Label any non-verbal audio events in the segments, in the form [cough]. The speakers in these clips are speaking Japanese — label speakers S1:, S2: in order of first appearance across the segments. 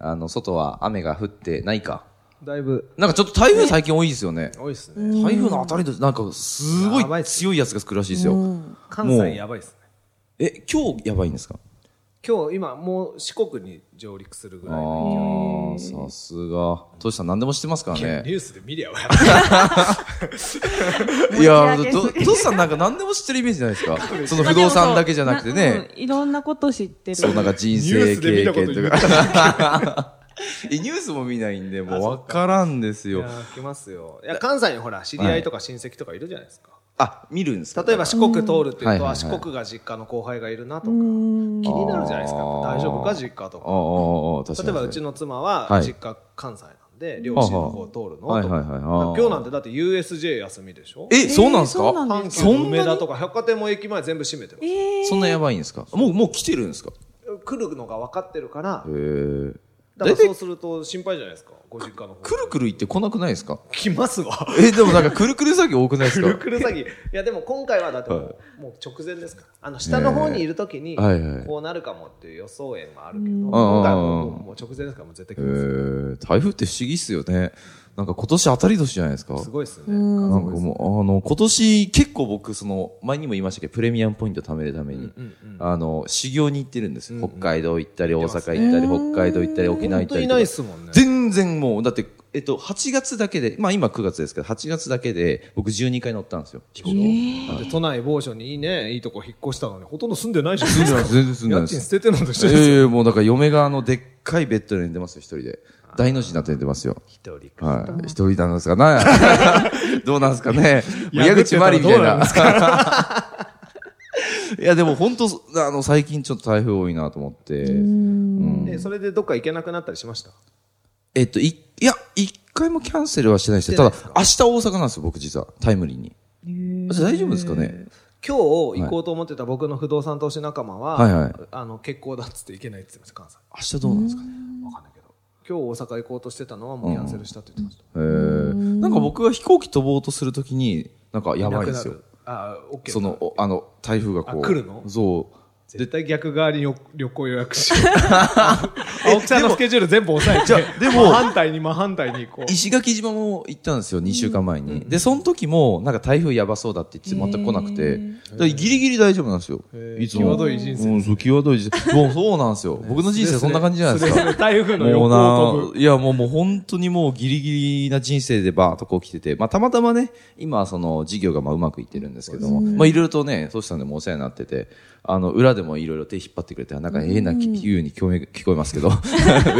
S1: あの、外は雨が降ってないか。
S2: だいぶ
S1: なんかちょっと台風最近多いですよね。
S2: 多いですね。
S1: 台風の当たりと、なんかすご
S2: やばい
S1: い
S2: っす
S1: 強いやつが来るらしいですよ。
S2: 関
S1: もう
S2: 西やばいですね。
S1: え、今日やばいんですか
S2: 今日今もう四国に上陸するぐ
S1: あ
S2: らいの
S1: ー、さすが。トシさん何でも知ってますから
S2: 勢い。いやニ
S1: ね。
S2: ュースで見りゃわか
S1: いや、
S3: 持ち上げ
S1: と
S3: すぎ
S1: トシさんなんか何でも知ってるイメージじゃないですか。その不動産だけじゃなくて
S3: まあでも
S1: ね
S3: そ。ううんいろんなこと知ってる。
S1: そう、なんか人生経験
S2: ニュースで
S1: と
S2: 見
S1: か。えニュースも見 [laughs] ないんで、もうわからんです
S2: る。い
S1: よ
S2: や。来ますよ。いや関西にほら知り合いとか親戚とかいるじゃないですか。
S1: あ、見るんですか
S2: 例えば四国通るって
S1: は
S2: い
S1: いは
S2: うと
S1: いは
S2: あ
S1: い
S2: 四国が実家の後輩がいるなとか気になるじゃないですか。
S1: あー
S2: 大丈夫か実家と
S1: ああ
S2: か。
S1: ああ、確かに。
S2: 例えばうちの妻
S1: は
S2: はい実家関西なんで両親の方通るの
S1: はい
S2: と
S1: はいはいはい
S2: か。
S1: あー
S2: 今日なんてだって USJ 休みでしょ。
S1: え、そうなんです
S3: そう
S1: か
S3: なん
S2: 阪
S3: で
S2: 急
S1: そんなに
S2: 梅田とか百貨店も駅前全部閉めてます
S3: え。ー
S1: そんなやばいんですかもう、もう来てるんですか
S2: 来るのが分かってるから
S1: へえ。
S2: だから
S1: 大体
S2: そうすると心配じゃないですか、ご実家の方。
S1: くるくる行って来なくないですか
S2: 来ますわ。 [laughs]
S1: え、でもなんかくるくる詐欺多くないです
S2: く
S1: か
S2: るくる詐欺。いや、でも今回はだってもう,、
S1: は
S2: もう直前ですから。あの、下の方にいるときに、
S1: えはいはい
S2: こうなるかもっていう予想円はあるけど、
S3: うん
S2: 今回はもう
S1: うん
S2: もう直前ですから、もう絶対来
S1: へ
S2: ますよ。
S1: え、台風って不思議っすよね。なんか今年当たり年じゃないですか
S2: すごいですよ
S3: う
S2: ね。
S3: ん
S1: なんかもう、あの、今年結構僕、その、前にも言いましたけど、プレミアムポイント貯めるために、
S2: うんうん
S1: あの、修行に行ってるんですよ。
S2: うんうん
S1: 北海道行ったり、大阪行ったり、
S3: うん
S1: 北海道行ったり、沖縄行った
S2: 本当
S1: り
S2: い
S1: とか
S2: ないで。すもんね。
S1: 全然もう、だって、えっと、8月だけで、まあ今9月ですけど、8月だけで、僕12回乗ったんですよ。飛行機。
S2: だって都内某所にいいね、いいとこ引っ越したのに、ほとんど住んでないじゃん。
S1: 住んでない全然住んでないで
S2: 家
S1: す
S2: 賃捨ててるのと一緒
S1: い
S2: です
S1: や
S2: よ。
S1: いやもうだから嫁があの、でっかいベッドで寝てますよ、一人で。大の字になって寝てますよ。
S2: 一人か。
S1: はい。一人なんですかね。 [laughs] どうなんですかね。矢口まりみたい
S2: どうなん
S1: な
S2: で。
S1: [laughs] いや、でも本当、あの、最近ちょっと台風多いなと思って。うん
S2: で、それでどっか行けなくなったりしました。
S1: えっと、い、いや、一回もキャンセルはしてないですよ。ただ、明日大阪なんですよ、僕実は。タイムリーに。あ大丈夫ですかね
S2: 今日行こうと思ってた僕の不動産投資仲間は、
S1: はいはい
S2: あの結婚だっつって行けないって言ってました関西
S1: 明日どうなんですかね
S2: わかんないけど今日大阪行こうとしてたのはもうキャンセルしたって言ってまし
S1: へーなんか僕が飛行機飛ぼうとするときに、なんかや
S2: た、
S1: ばいんですよ
S2: なく。なるあー OK
S1: その、おあの、台風がこう。
S2: あ来るの
S1: そう。
S2: 絶対逆側によ [laughs] 旅行予
S1: [laughs]
S2: 約しよう青木さんのスケジュール全部押さえて
S1: じゃあでも
S2: 真反対に真反対に行こう
S1: 石垣島も行ったんですよ、2週間前に。で、その時も、なんか台風やばそうだって言って全く来なくて、だからギリギリ大丈夫なんですよ
S2: へ。ー
S1: いつも。
S2: 際どい人生
S1: うん、そう、際どい人生。もうそうなんですよ。僕の人生そんな感じじゃないです
S2: それ
S1: か。
S2: それ台風の旅
S1: もう
S2: 行を飛
S1: な、いやもうもう本当にもうギリギリな人生でバーっとこう来てて、まあたまたまね、今はその事業がまあうまくいってるんですけども、まあいろいろとね、トシさんでもお世話になってて、あの、裏でもいろいろ手引っ張ってくれて、なんか変なき言うに聞こえ聞こえますけ
S2: [laughs]
S1: ど、
S2: ぶ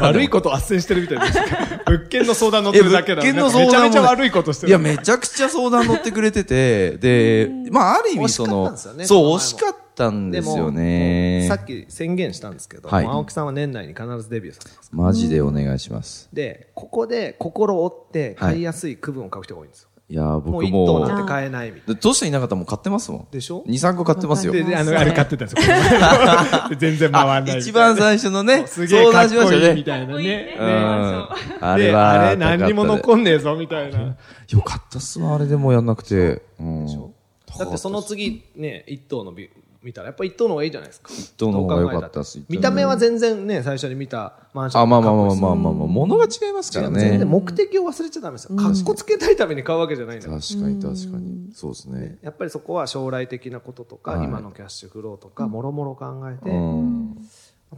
S2: 悪いこと斡旋してるみたいですけど物件の相談乗ってるだけだ
S1: いや物件の
S2: め
S1: 相談も
S2: ちゃめちゃ悪いことして
S1: い
S2: る
S1: や、めちゃくちゃ相談乗ってくれてて、で、まあ、ある意味その、
S2: 惜しかったんです
S1: そう、惜しかったんで
S2: よねその前もですも
S1: よね。
S2: さっき宣言したんですけど、
S1: はい
S2: もう青木さんは年内に必ずデビューされます
S1: マジでお願いします。
S2: でここで心折って買いやすい区分を買う人が多いんですよ、
S1: いやー、
S2: も
S1: 僕
S2: う一等
S1: も、
S2: なんて買えないみたいう
S1: どうしていなかったらもう買ってますもん。
S2: でしょ
S1: ?2、3個買ってますよ。
S2: な。で、あの、あれ買ってたんですよ。全然回らないみたいな。
S1: 一番最初のね、
S2: [laughs] すげえかっこいいみ
S1: ね。
S2: たいなね。ね
S1: うん。あ
S2: で
S1: れは、
S2: あれ何にも
S1: 高かっ
S2: 残んねえぞみたいな。
S1: たでよかったっすわ、あれでもやんなくて。うん。
S2: だってその次ね、一等のビ見たらやっぱ一等の方がいいじゃないですか。一
S1: 等の方が良かったっす
S2: 見た目は全然ね、最初に見たマンション
S1: あ、まあまあ
S2: かっ
S1: ま
S2: こい
S1: あ
S2: いし
S1: まあまあまあ、物が違いますからね。
S2: 全然目的を忘れちゃダメですよ。かっこつけたいために買うわけじゃないんだから
S1: 確かに確かに。そうですね。
S2: やっぱりそこは将来的なこととか、
S1: はい
S2: 今のキャッシュフローとか、もろもろ考えて、
S1: うん。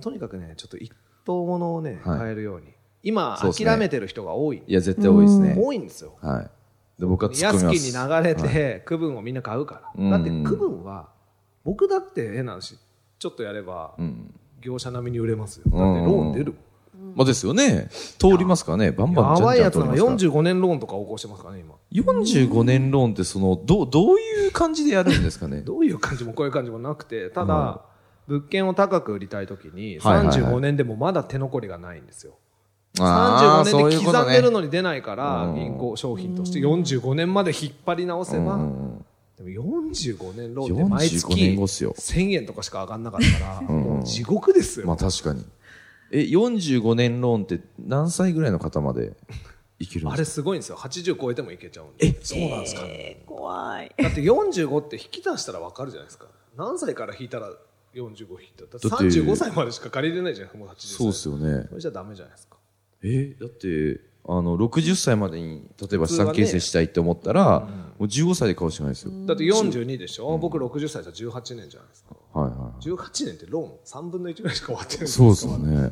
S2: とにかくね、ちょっと一等物をね、
S1: はい
S2: 買えるように。今、
S1: そうですね
S2: 諦めてる人が多い。
S1: いや、絶対多いですね。
S2: 多いんですよ。
S1: はい。で、僕は突っ込
S2: 安
S1: み
S2: き
S1: ます。
S2: に流れ
S1: はい
S2: て、区分をみんな買うか
S1: うん
S2: ら。だって区分は、僕だって変な話、ちょっとやれば
S1: う、ん。
S2: 業者並みに売れますよ。だってローン出るもん。
S1: まあですよね。通りますからね。バンバン
S2: や
S1: じゃん
S2: ばい
S1: じゃ
S2: や
S1: ん
S2: つ
S1: 通ります
S2: なんか
S1: から。
S2: 45年ローンとか起こしてますからね、今。
S1: 45年ローンって、その、どう、どういう感じでやるんですかね。
S2: どういう感じもこういう感じもなくて、ただ
S1: は、
S2: 物件を高く売りたいときに、
S1: はいはいはい
S2: 35年でもまだ手残りがないんですよ。
S1: あー
S2: 35年で
S1: そういうこと
S2: 刻ん
S1: ね
S2: でるのに出ないから
S1: うん
S2: 銀行商品として45年まで引っ張り直せば
S1: うん
S2: でも45年ローンで毎月
S1: 45年後っすよ
S2: 1000円とかしか上がんなかったらもう地獄ですよ
S1: まあ確かに。え、45年ローンって何歳ぐらいの方までいけるん
S2: あ
S1: で
S2: れ
S1: すか
S2: すごいんですよ80超えてもいけちゃうんでそうなんですか
S3: えー、怖い。
S2: だって45って引き出したら分かるじゃないですか何歳から引いたら45引いただって
S1: だって
S2: 35歳までしか借りれないじゃないですかもう80歳
S1: そうですよね
S2: そ。れじゃダメじゃないですか
S1: え、だって、あの、60歳までに、例えば資
S2: 普通は
S1: 産
S2: ね
S1: 形成したいって思ったら、もう15歳で買うしかないですよ。
S2: だって42でしょ僕60歳じゃ18年じゃないですか
S1: はいはい。
S2: 18年ってローン3分の1ぐらいしか終わってないんです
S1: そうですよね。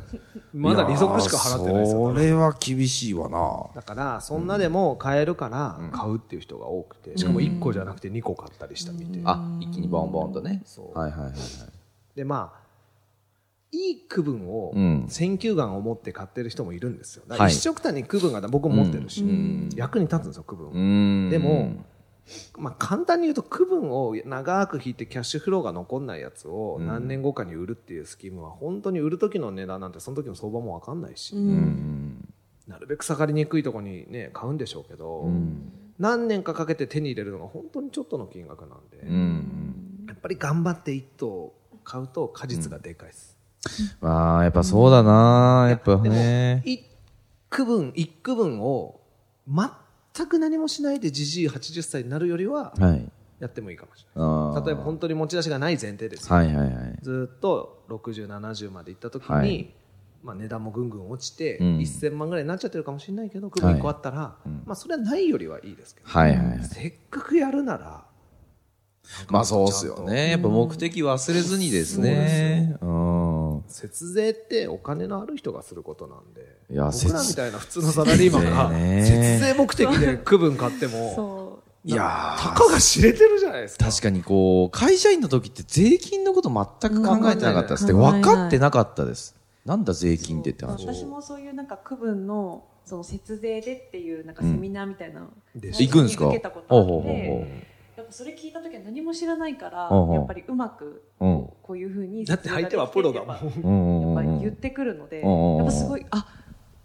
S2: まだ利息しか払ってないですよ
S1: やーそれは厳しいわな。
S2: だからそんなでも買えるから買うっていう人が多くてしかも1個じゃなくて2個買ったりしたみたい
S1: あ、一気にボンボンとね。
S2: そう
S1: はいはいはいはい。
S2: でまあいい区分を、
S1: うん
S2: 選球眼を持って買ってる人もいるんですよ。だか
S1: は
S2: ら
S1: い
S2: 一緒くたに区分が僕も持ってるし、役に立つんですよ、区分は
S1: うーん。
S2: でも、まあ、簡単に言うと区分を長く引いてキャッシュフローが残んないやつを何年後かに売るっていうスキームは本当に売る時の値段なんてその時の相場も分かんないし、なるべく下がりにくいところに、ね、買うんでしょうけど、何年かかけて手に入れるのが本当にちょっとの金額なんで、
S1: うん。
S2: やっぱり頑張って1頭買うと果実がでかいです。
S1: まあ、やっぱそうだな。やっぱね。
S2: 一区分一区分を全く何もしないでじじい80歳になるよりは
S1: はい。
S2: やってもいいかもしれない
S1: あー
S2: 例えば本当に持ち出しがない前提ですよ、
S1: はいはいはい。
S2: ずっと6070までいった時に、
S1: はい
S2: まあ、値段もぐんぐん落ちて、
S1: うん
S2: 1000万ぐらいになっちゃってるかもしれないけど区分1個あったら、まあ、それはないよりはいいですけど、
S1: はいはいはい
S2: せっかくやるなら
S1: まあそうっすよね。やっぱ目的忘れずにですね。うん。
S2: 節税ってお金のある人がすることなんで
S1: いや
S2: 僕ら
S1: 節
S2: みたいな普通のサラリーマンが
S1: 節税ね
S2: 節税目的で区分買っても。
S3: そ
S1: いや
S2: た
S1: ー
S2: かが知れてるじゃないですか。
S1: 確かにこう、会社員の時って税金のこと全く考えてなかったですね。
S3: うん
S1: 分かってなかったです。なんだ税金ってって
S3: う。
S1: 話。
S3: 私もそういうなんか区分の、その節税でっていうなんかセミナーみたいなの。
S2: で
S3: 最
S1: 行
S3: 近
S1: くんですか
S3: 受けたこと
S1: ほ
S3: あ
S1: う
S3: って
S1: ほうほ
S3: やっぱそれ聞いた時は何も知らないから、
S1: うんうん
S3: やっぱりうまく
S1: うほ
S3: こういうふうに
S2: だって相手はプロだもん。
S1: う。うん。うん
S3: や
S1: う
S3: っぱ
S1: ん
S3: り
S1: う
S3: 言っ
S1: ん。
S3: てくるので、
S1: うんうんうん
S3: やっぱすごいあ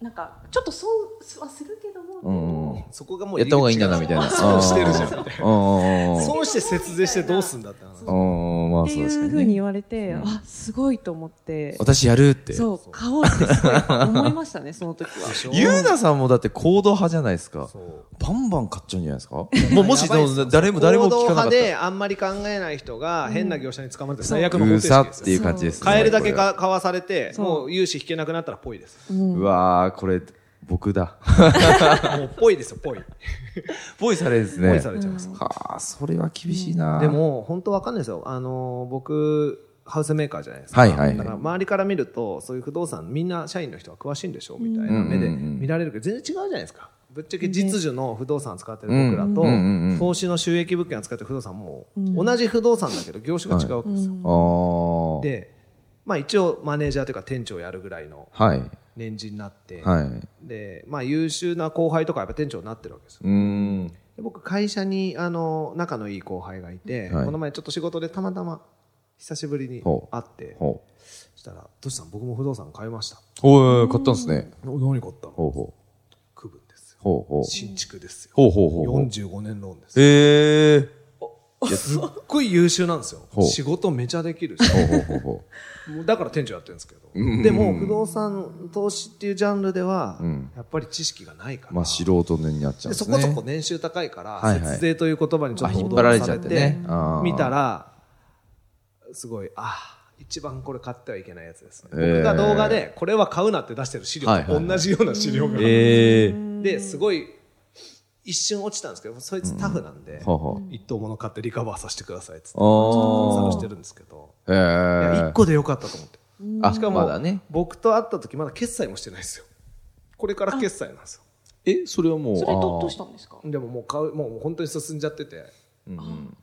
S3: なんかちょっとそうはするけども、
S1: うんうんうん
S2: そこがもう
S1: やった方がいいんだな、みたいな。
S2: そうしてるじゃんみたいな。
S1: うんうんうん
S2: そうして節税してどうすんだって話。
S1: うんうん。ま
S3: っ
S1: あ
S3: て
S1: そう
S3: い
S1: です
S3: う
S1: け
S3: ふ
S1: ど
S3: うに
S1: ね。
S3: 言われて、あすごいと思って
S1: 私やるって。
S3: そう買おうってすごい思いましたねその時は
S1: ゆうなさんもだって行動派じゃないですか。
S2: そう
S1: バンバン買っちゃうんじゃない
S2: [laughs]
S1: ですかもうもし、
S2: やばいですよ
S1: 誰も、誰も聞かなか
S2: 行動派
S1: ったら
S2: であんまり考えない人が変な業者に捕まるって最悪の方
S1: ぐ
S2: 程
S1: さ
S2: 式で
S1: っ
S2: す
S1: て
S2: よ。
S1: いう感じですね。
S2: 買えるだけ
S1: これは
S2: か買わされて、
S3: そう
S2: もう融資引けなくなったらぽいです。
S1: うわー、これ、僕だ。
S2: [laughs] もうぽいですよ、
S1: [laughs]
S2: ぽい。
S1: ボイされるんですね。
S2: ぽいされちゃいます。
S1: はあ、それは厳しいな
S2: で、も、本当わかんないですよ。あのー、僕、ハウスメーカーじゃないですか。
S1: はいはいはい
S2: だから周りから見ると、そういう不動産、みんな社員の人は詳しいんでしょみたいな目で
S1: うんうんうん
S2: 見られるけど、全然違うじゃないですか。ぶっちゃけ実需の不動産使ってる僕らと
S1: うんうんうんうん、
S2: 投資の収益物件を使ってる不動産も、同じ不動産だけど業種が違うわけですよ。
S1: あー。
S2: で、まあ一応マネージャーというか店長をやるぐらいの
S1: はい。
S2: 年次になって、
S1: はい。
S2: で、まあ優秀な後輩とかやっぱ店長になってるわけですよ
S1: うーん。
S2: で僕会社にあの仲のいい後輩がいて、
S1: はい
S2: この前ちょっと仕事でたまたま久しぶりに会
S1: ほう
S2: って
S1: ほう。
S2: そしたら「トシさん僕も不動産買いました
S1: ほう、買ったんですね。」
S2: お何買ったの
S1: ほうほう。
S2: 区分ですよ
S1: ほうほう。
S2: 新築ですよ
S1: ほうほうほうほう。
S2: 45年ローンですよ
S1: えー。
S2: すっごい優秀なんですよ
S1: ほう
S2: 仕事めちゃできるし
S1: ほうほうほうほ
S2: もうだから店長やってるんですけどでも不動産投資っていうジャンルでは
S1: ん
S2: やっぱり知識がないか
S1: う。ま
S2: ら
S1: あ、素人になっちゃうんです
S2: でそ
S1: ね。
S2: こそこ年収高いから、
S1: はいはい
S2: 節税という言葉にちょっと
S1: あ引っ張られちゃってねあ
S2: 驚
S1: ー
S2: かされて見たら、すごい、あー一番これ買ってはいけないやつですね。
S1: えー
S2: 僕が動画で、これは買うなって出してる資料
S1: はいはい
S2: と
S1: はい
S2: 同じような資料が、
S1: えー。
S2: で、すごい、一瞬落ちたんですけど、そいつタフなんで、
S1: ほうほ
S2: 一等物買ってリカバーさせてくださいっつって、探し
S1: う。
S2: てるんですけど、
S1: あー。え
S2: いや
S1: ー
S2: 一。個でよかったと思って。
S1: あ、
S2: しかも、
S1: まだね。
S2: 僕と会った時まだ決済もしてないですよ。これから決済なんですよ。
S1: え、それはもう。
S3: それどど
S1: あ
S3: う
S1: ー
S3: したんですか
S2: でももう買う、もう本当に進んじゃってて、あ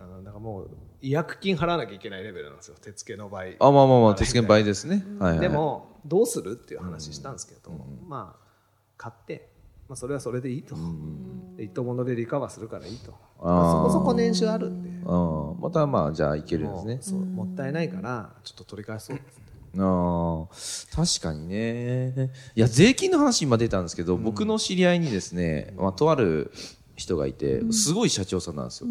S2: のだからもう違約金払わなきゃいけないレベルなんですよ、手付けの場合。
S1: あ、まあまあまあ、手付けの倍ですね。はいはい。
S2: で、も、どうするっていう話したんですけど、まあ、買って、まあ、それはそれでいいと。で一等物でリカバーするからいいと。まあそこそこ年収あるんで、
S1: うん。またまあ、じゃあ、いけるんです
S2: も
S1: ね
S2: う。そうもったいないから、ちょっと取り返そうっつって。
S1: あー確かにねいや税金の話今出たんですけど、僕の知り合いにですね、まあ、とある人がいてすごい社長さんなんですよ、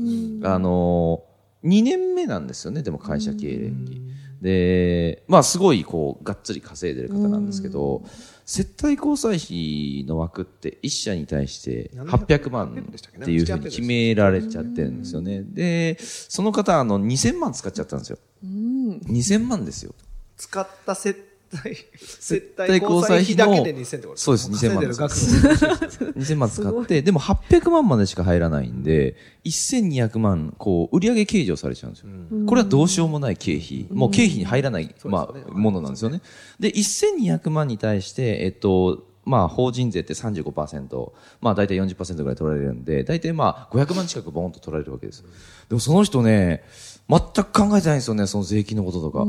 S1: あの2年目なんですよねでも会社経営歴、でまあすごいこうがっつり稼いでる方なんですけど、接待交際費の枠って1社に対して800万
S2: でしたっけね
S1: っていうふうに決められちゃってるんですよね、でその方あの2000万使っちゃったんですよ2000万です
S2: [laughs]
S1: よ
S2: 使った接待、接
S1: 待
S2: 待
S1: 交
S2: 交
S1: 際
S2: 際
S1: 費
S2: 費
S1: の
S2: だけで2000ってこと
S1: そうです
S2: 稼いでる額も
S1: 2000万使って、でも800万までしか入らないんで、1200万、こう、売上計上されちゃうんですよ。これはどうしようもない経費。もう経費に入らない、まあ、ものなんですよね。で、1200万に対して、えっと、まあ、法人税って35%、まあ、大体40%ぐらい取られるんで、大体まあ、500万近くボーンと取られるわけです。でもその人ね、全く考えてないんですよね、その税金のこととか。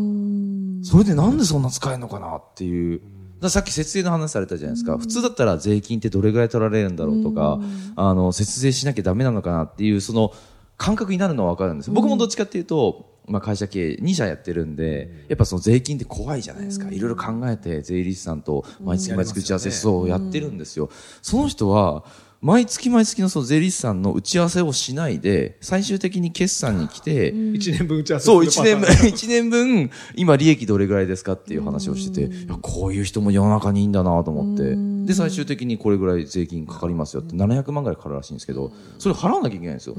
S1: それでなんでそんな使えるのかなっていう。だからさっき節税の話されたじゃないですか。普通だったら税金ってどれぐらい取られるんだろうとか、あの、節税しなきゃダメなのかなっていう、その感覚になるのはわかるんですよ。僕もどっちかっていうと、まあ会社経営2社やってるんで、やっぱその税金って怖いじゃないですか。いろいろ考えて税理士さんと毎月毎月打ち合わせ、
S2: うん
S1: そうやってるんですよ。その人は、毎月毎月のその税理士さんの打ち合わせをしないで、最終的に決算に来て、
S2: 1年分打ち
S1: [laughs]
S2: 合わせ
S1: そう、一
S2: する
S1: 年
S2: パターン
S1: 分、一年分、今利益どれぐらいですかっていう話をしてて、いやこういう人も世の中にいいんだなと思って、で、最終的にこれぐらい税金かかりますよって、700万ぐらいかかるらしいんですけど、それ払わなきゃいけないんですよ。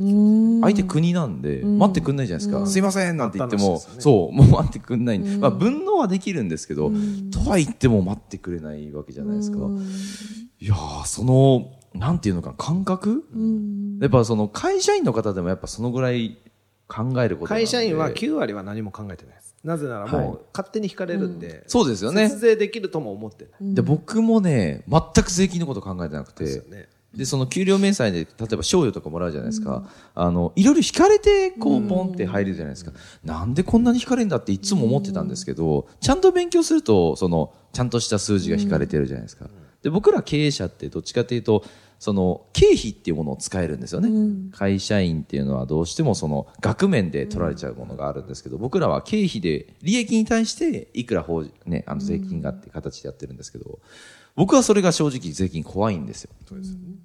S1: 相手国なんで、待ってくんないじゃないですか。すいませんなんて言っても、
S2: あった話ですよ
S1: そう、もう待ってくんないんで。まあ、分納はできるんですけど、とは言っても待ってくれないわけじゃないですか。いやー、その、なんていうのかな、感覚やっぱその会社員の方でもやっぱそのぐらい考えることなんで
S2: [laughs] 会社員は9割は何も考えてないです。なぜならも
S1: は
S2: う勝手に引かれるんで、
S1: そうですよね
S2: 節税できるとも思ってない
S1: で僕もね全く税金のこと考えてなく
S2: です
S1: て
S2: よね。
S1: でその給料明細で例えば賞与とかもらうじゃないですか、あのいろいろ引かれてこうポンって入るじゃないですか、なんでこんなに引かれるんだっていつも思ってたんですけど、ちゃんと勉強するとそのちゃんとした数字が引かれてるじゃないですか、で僕ら経営者ってどっちかというとその経費っていうものを使えるんですよね、会社員っていうのはどうしてもその額面で取られちゃうものがあるんですけど、僕らは経費で利益に対していくら法人、ね、あの税金がって形でやってるんですけど僕はそれが正直税金怖いんですよ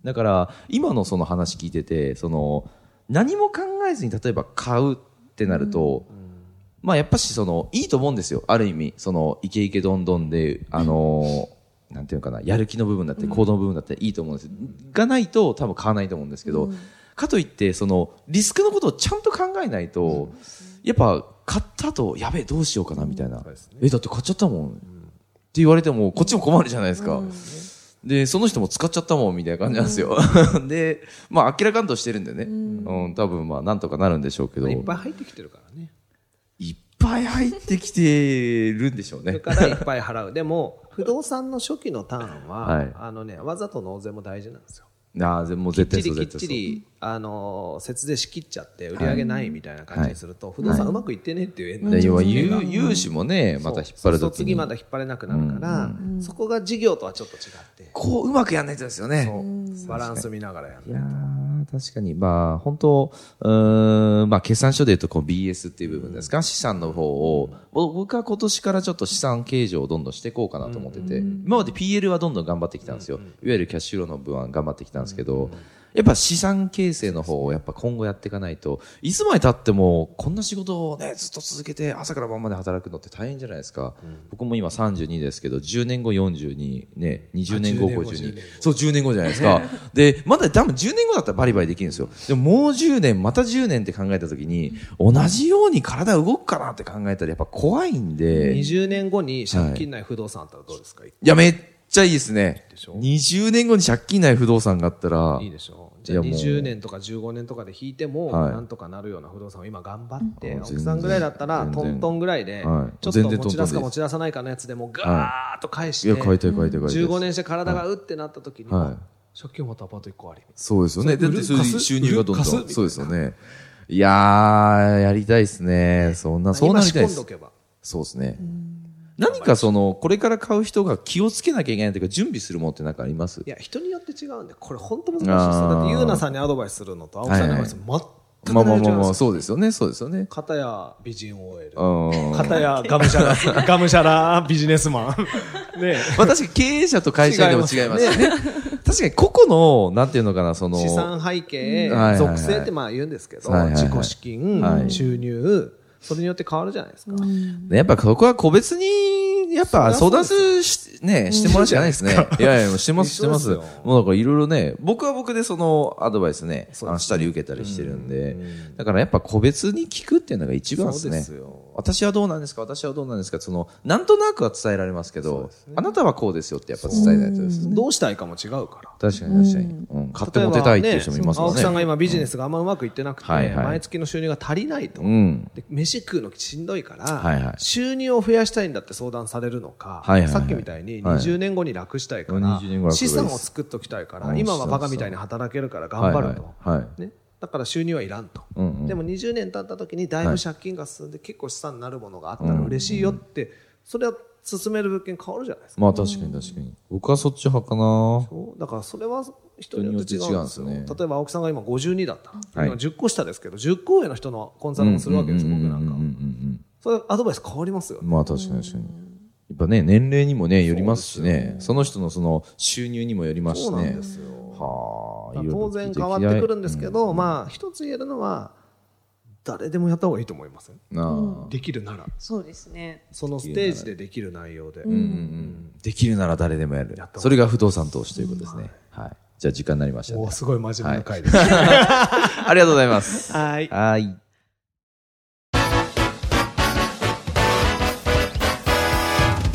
S1: だから今のその話聞いててその何も考えずに例えば買うってなると、まあやっぱしそのいいと思うんですよある意味そのイケイケどんどんであのーなんていうのかなやる気の部分だって行動の部分だっていいと思うんですがないと多分買わないと思うんですけど、かといってそのリスクのことをちゃんと考えないと、やっぱ買った後やべえどうしようかなみたいな、
S2: うですね
S1: えだって買っちゃったもん、って言われてもこっちも困るじゃないですか、でその人も使っちゃったもんみたいな感じなんですよ、 [laughs] でまあ明らかんとしてるんでね、うん多分まあなんとかなるんでしょうけど
S2: いっぱい入ってきてるからね。
S1: いっぱい入ってきてるんでしょう
S2: [laughs] だ
S1: ね
S2: からいっぱい払う。でも、不動産の初期のターンは、
S1: はい
S2: あのね、わざと納税も大事なんですよ。
S1: [laughs] ああもう
S2: きっ
S1: 絶対
S2: ち
S1: そ
S2: り
S1: う
S2: きっ
S1: 絶対
S2: ち
S1: そう
S2: り、あの、節税しきっちゃって、売り上げないみたいな感じにすると、不動
S1: は
S2: 産
S1: いう
S2: まくいってねっていう絵になっ
S1: で
S2: ちゃ
S1: 要
S2: う
S1: は
S2: んですよ
S1: 融融資もねまた引っ張る
S2: そうそう
S1: と
S2: そう
S1: き
S2: 次
S1: に
S2: また引っ張れなくなるから、そこが事業とはちょっと違って、
S1: こううまくやんないとですよね
S2: バランス見ながらやる
S1: いやー確かに、まあ、本当、うーん、まあ、決算書で言うと、こう BS っていう部分ですか、資産の方を、ぼ僕は今年からちょっと資産計上をどんどんしていこうかなと思ってて、今まで PL はどんどん頑張ってきたんですよ。いわゆるキャッシュフローの分は頑張ってきたんですけど、やっぱ資産形成の方をやっぱ今後やっていかないと、いつまで経ってもこんな仕事をね、ずっと続けて朝から晩まで働くのって大変じゃないですか。僕も今32ですけど、10年後42、ね、20年後
S2: あ10年後
S1: 52
S2: 10年、
S1: そう、10年後じゃないですか。
S2: [laughs]
S1: で、まだ多分10年後だったらバリバリできるんですよ。でももう10年、また10年って考えた時に、同じように体動くかなって考えたらやっぱ怖いんで、
S2: 20年後に借金ない不動産あったらどうですか、い、
S1: いや、めっちゃいいですね
S2: でし。ょ
S1: 20年後に借金ない不動産があったら
S2: い、でしょうじゃあ
S1: いやもう
S2: 20年とか15年とかで引いても
S1: はい
S2: なんとかなるような不動産を今頑張って、
S1: うん
S2: 奥さんぐらいだったら
S1: 全然
S2: トントンぐらいで、
S1: はい
S2: ちょっと
S1: 全然トントン
S2: 持ち出すか
S1: でいい
S2: 持
S1: です
S2: ち出さないかのやつでもガーッと返し
S1: い
S2: て、
S1: や、買いたい買いたい買いたいです。
S2: 15年して体がうってなった時に、
S1: はい
S2: 借金を持ったアパート1個あり
S1: そうですよね。
S2: そ
S1: だ
S2: う
S1: ってそ
S2: 売
S1: れ
S2: る
S1: で
S2: 貸す
S1: 収入がどんどん。
S2: 売る貸す
S1: そうですよね。いやー、やりたいですね。そんな、そう
S2: 今
S1: なり
S2: 仕
S1: たい
S2: 込
S1: で
S2: んど
S1: す。
S2: けば
S1: そうですね。何かその、これから買う人が気をつけなきゃいけないというか、準備するものってなんかあります
S2: いや人によって違うねこれ本当難しいですよだってゆうなさんにアドバイスするのと青木さんにアドバイス全く拡
S1: まあま
S2: 大
S1: あ
S2: しち
S1: まあ
S2: ゃうん
S1: まあ、
S2: ですよ。
S1: そうですよね、そうですよね。
S2: 片や美人 OL。
S1: うん。
S2: 片やがむしゃら、 [laughs] がむしゃらビジネス
S1: [laughs]
S2: マン。ね
S1: まあ確かに経営者と会社員でも違いますよね。確かに個々の、なんていうのかな、その、
S2: 資産背景、
S1: はいはいはい
S2: 属性ってまあ言うんですけど、
S1: はいはいはい
S2: 自己資金、
S1: はい
S2: 収入、それによって変わるじゃないですか。
S1: ねやっぱそこは個別に、やっぱ相
S2: そりゃ
S1: 談すし、ね、してもらうしかないですね。いやいや、してます、して
S2: 一緒
S1: ま。
S2: です
S1: も
S2: すよ
S1: うだからいろいろね、僕は僕でそのアドバイスね、
S2: そうですね
S1: あのしたり受けたりしてるんで
S2: う、ん
S1: だからやっぱ個別に聞くっていうのが一番です
S2: そう
S1: ね。
S2: ですよ。
S1: 私はどうなんですか私はどうなんですかその、なんとなくは伝えられますけど、あなたはこうですよってやっぱ伝えないとですね。
S2: どうしたいかも違うから。
S1: 確かに確かに。うん。買ってモテたいっていう人もいます
S2: ね。
S1: もん
S2: 青木
S1: ね。
S2: さんが今ビジネスがあんまうまくいってなくて、
S1: はいはい
S2: 毎月の収入が足りないと。
S1: うん。
S2: で飯食うのしんどいから、
S1: はいはい
S2: 収入を増やしたいんだって相談されるのか、
S1: はいはいはい
S2: さっきみたいに
S1: はい
S2: 20年後に楽したいから、
S1: 20年後楽です
S2: 資産を作っときたいから、
S1: うん
S2: 今はバカみたいに働けるから頑張ると、
S1: はいはいはい
S2: ね、だから収入はいらんと、
S1: うんうん
S2: でも20年経った時にだいぶ借金が進んで結構資産になるものがあったら嬉しいよって、それは進める物件変わるじゃないですか、
S1: まあ確かに確かに。僕はそっち派かな
S2: そうだからそれは人によって違うんですよ
S1: 人によって違うんですね
S2: 例えば青木さんが今52だったら、
S1: はい
S2: 今10個下ですけど10個上の人のコンサルもするわけです、僕なん
S1: う
S2: かは
S1: んうんうん
S2: それアドバイス変わりますよ
S1: うんまあ確かに確かに。やっぱね、年齢にもね、よりますしね。その人のその収入にもよりますしね。
S2: そうなんですよ。
S1: はあ、いろいろ
S2: 当然変わってくるんですけど、まあ一つ言えるのは誰でもやった方がいいと思いますよ
S1: なあ
S2: できるなら
S3: そうですね。
S2: そのステージでできる内容で、
S1: うんうんうんできるなら誰でもやる
S2: やっ。た
S1: それが不動産投資ということですね。はい。じゃあ時間になりました
S2: お
S1: ね
S2: ー。すごい真面目な回です、
S1: ありがとうございます。
S2: [laughs] はい
S1: はい。